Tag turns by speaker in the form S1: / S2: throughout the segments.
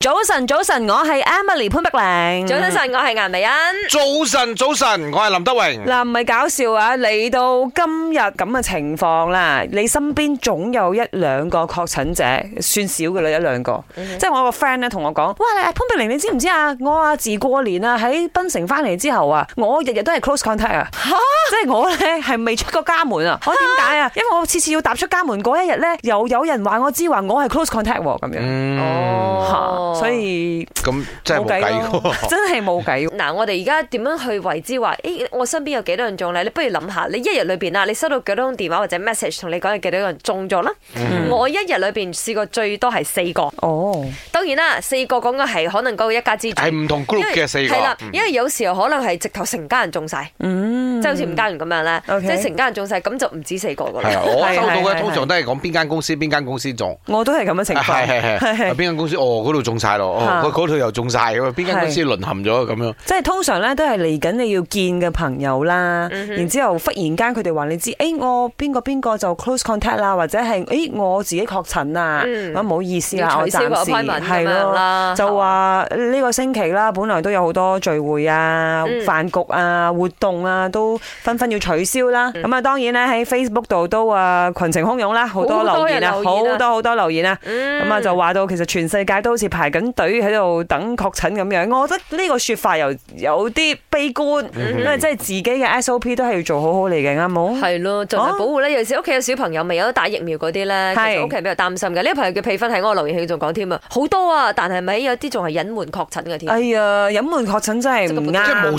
S1: 早晨，早晨，我係 Emily 潘碧玲。
S2: 早晨，晨我係顏美欣。
S3: 早晨，早晨，我係林德榮。
S1: 嗱，唔係搞笑啊！嚟到今日咁嘅情況啦，你身邊總有一兩個確診者，算少嘅啦，一兩個。
S3: 嗯
S1: 即係我有個 friend 咧同我講，哇，潘碧玲，你知唔知啊？我啊自過年啊喺檳城翻嚟之後啊，我日日都係 close contact 啊，即係我咧係未出過家門啊。我點解啊？因為我次次要踏出家門嗰一日咧，又有人話我知話我係 close contact 喎咁樣，
S2: 哦
S3: 嗯，
S1: 嚇所以
S3: 咁真係冇計
S1: 咯
S3: 喎，
S1: 真係冇計喎。
S2: 嗱，我哋而家點樣去為之話？誒，我身邊有幾多人中咧？你不如諗下，你一日裏邊啊啦，你收到幾多通電話或者 message 同你講有幾多人中咗啦？
S1: 嗯
S2: 我一日裏邊試過最多係四個。
S1: 哦，
S2: 當然啦，四個講嘅係可能嗰個一家之主。
S3: 係唔同
S2: 因
S3: group
S2: 為
S3: 嘅四個
S2: 係啦，
S3: 嗯
S2: 因為有時候可能係直頭成家人中晒，
S1: 嗯，
S2: 即係好似吳家人咁樣咧，
S1: OK
S2: 即係成家人中晒，咁就唔止四個噶
S3: 係
S2: 啦
S3: 啊，。我收到
S1: 係係係
S3: 嘅通常都係講邊間公司邊間公司中，
S1: 我都係咁嘅情
S3: 啊係
S1: 況，
S3: 係係，邊間公司哦嗰度中晒咯，
S1: 嚇啊
S3: 哦嗰嗰度又中晒咁啊，邊間公司淪陷咗咁樣，
S1: 即係通常咧都係嚟緊你要見嘅朋友啦，
S2: 嗯哼
S1: 然之後忽然間佢哋話你知，誒、我邊個邊個就 close contact 啦，或者係誒、我自己確診啊，
S2: 嗯
S1: 咁唔好意思啦，
S2: 要
S1: 我
S2: 取消個
S1: 暫時
S2: appointment 咁樣啦，
S1: 就話呢個星期啦，本來都有好多聚會啊、
S2: 嗯
S1: 飯局啊、活動啊，都紛紛要取消啦。
S2: 嗯
S1: 咁啊，當然咧喺 Facebook 度都啊群情洶湧啦，好多
S2: 好多
S1: 留言啊，
S2: 人留
S1: 好
S2: 言啊
S1: 多好多留言啊。
S2: 咁
S1: 咁啊就話到其實全世界都好似排緊隊喺度等確診咁樣，我覺得呢個説法又有啲悲觀，因為即係自己嘅 SOP 都係要做好好嚟嘅，啱冇？
S2: 係咯，盡量保護咧。有時屋企有小朋友未有得打疫苗嗰啲咧，其
S1: 哦係
S2: 實屋企人比較擔心嘅。呢個朋友叫屁芬喺我留言佢仲講添啊，好多啊，但係咪有啲仲係隱瞞確診嘅添？
S1: 哎呀，隱瞞確診真係唔
S3: 即係冇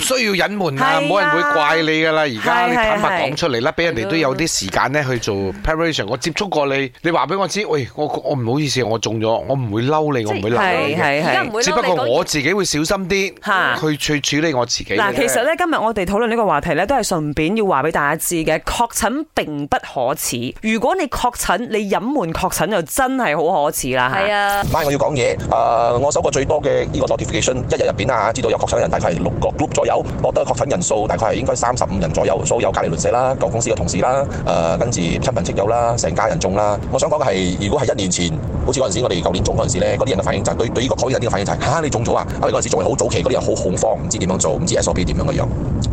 S1: 啱，
S3: 需要隱瞞
S1: 係啊
S3: 啊，冇人會怪你噶啦。而家
S1: 係係
S3: 你坦白
S1: 係
S3: 講出嚟啦，俾人哋都有啲時間咧去做 preparation。我接觸過你，你話俾我知，喂，我我唔好意思，我中咗，我唔會嬲你，我唔會鬧你
S1: 係
S3: 嘅。
S1: 係
S2: 而家
S1: 係。
S2: 唔會
S3: 只
S2: 嬲
S3: 不
S2: 你
S3: 過
S2: 講
S3: 我自己會小心
S1: 嚇
S3: 啲，去去處理我自己嘅啫。
S1: 嗱，其實咧今日我哋討論呢個話題咧，都係順便要話俾大家知嘅，確診並不可恥。如果你確診，你隱瞞確診就真係好可恥啦嚇
S2: 係啊。
S4: 唔係，我要講嘢。誒、我收過最多嘅呢個 notification，一日入邊啊，知道有確診嘅人大概係六個 group 左右，我覺得確診人數大概係應該三十五人左右，所以有隔離鄰舍啦、舊公司嘅同事啦、誒、跟住親朋戚友啦、成家人中啦。我想講嘅係，如果係一年前，好似嗰陣時我哋舊年中嗰陣時咧，嗰啲人嘅反應就係、對對呢個確診有啲嘅反應就係、吓你中咗啊！我哋嗰陣時仲係好早期，嗰啲人好恐慌，唔知點樣做，唔知 SOP 點樣嘅樣。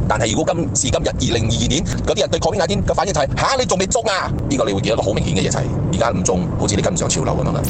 S4: 但係如果今時今日二零二二年，嗰啲人對 COVID-19 嘅反應就係、吓你仲未中啊！呢、個你會見到一個好明顯嘅嘢就係、而家唔中，好似你跟唔上潮流咁樣啦。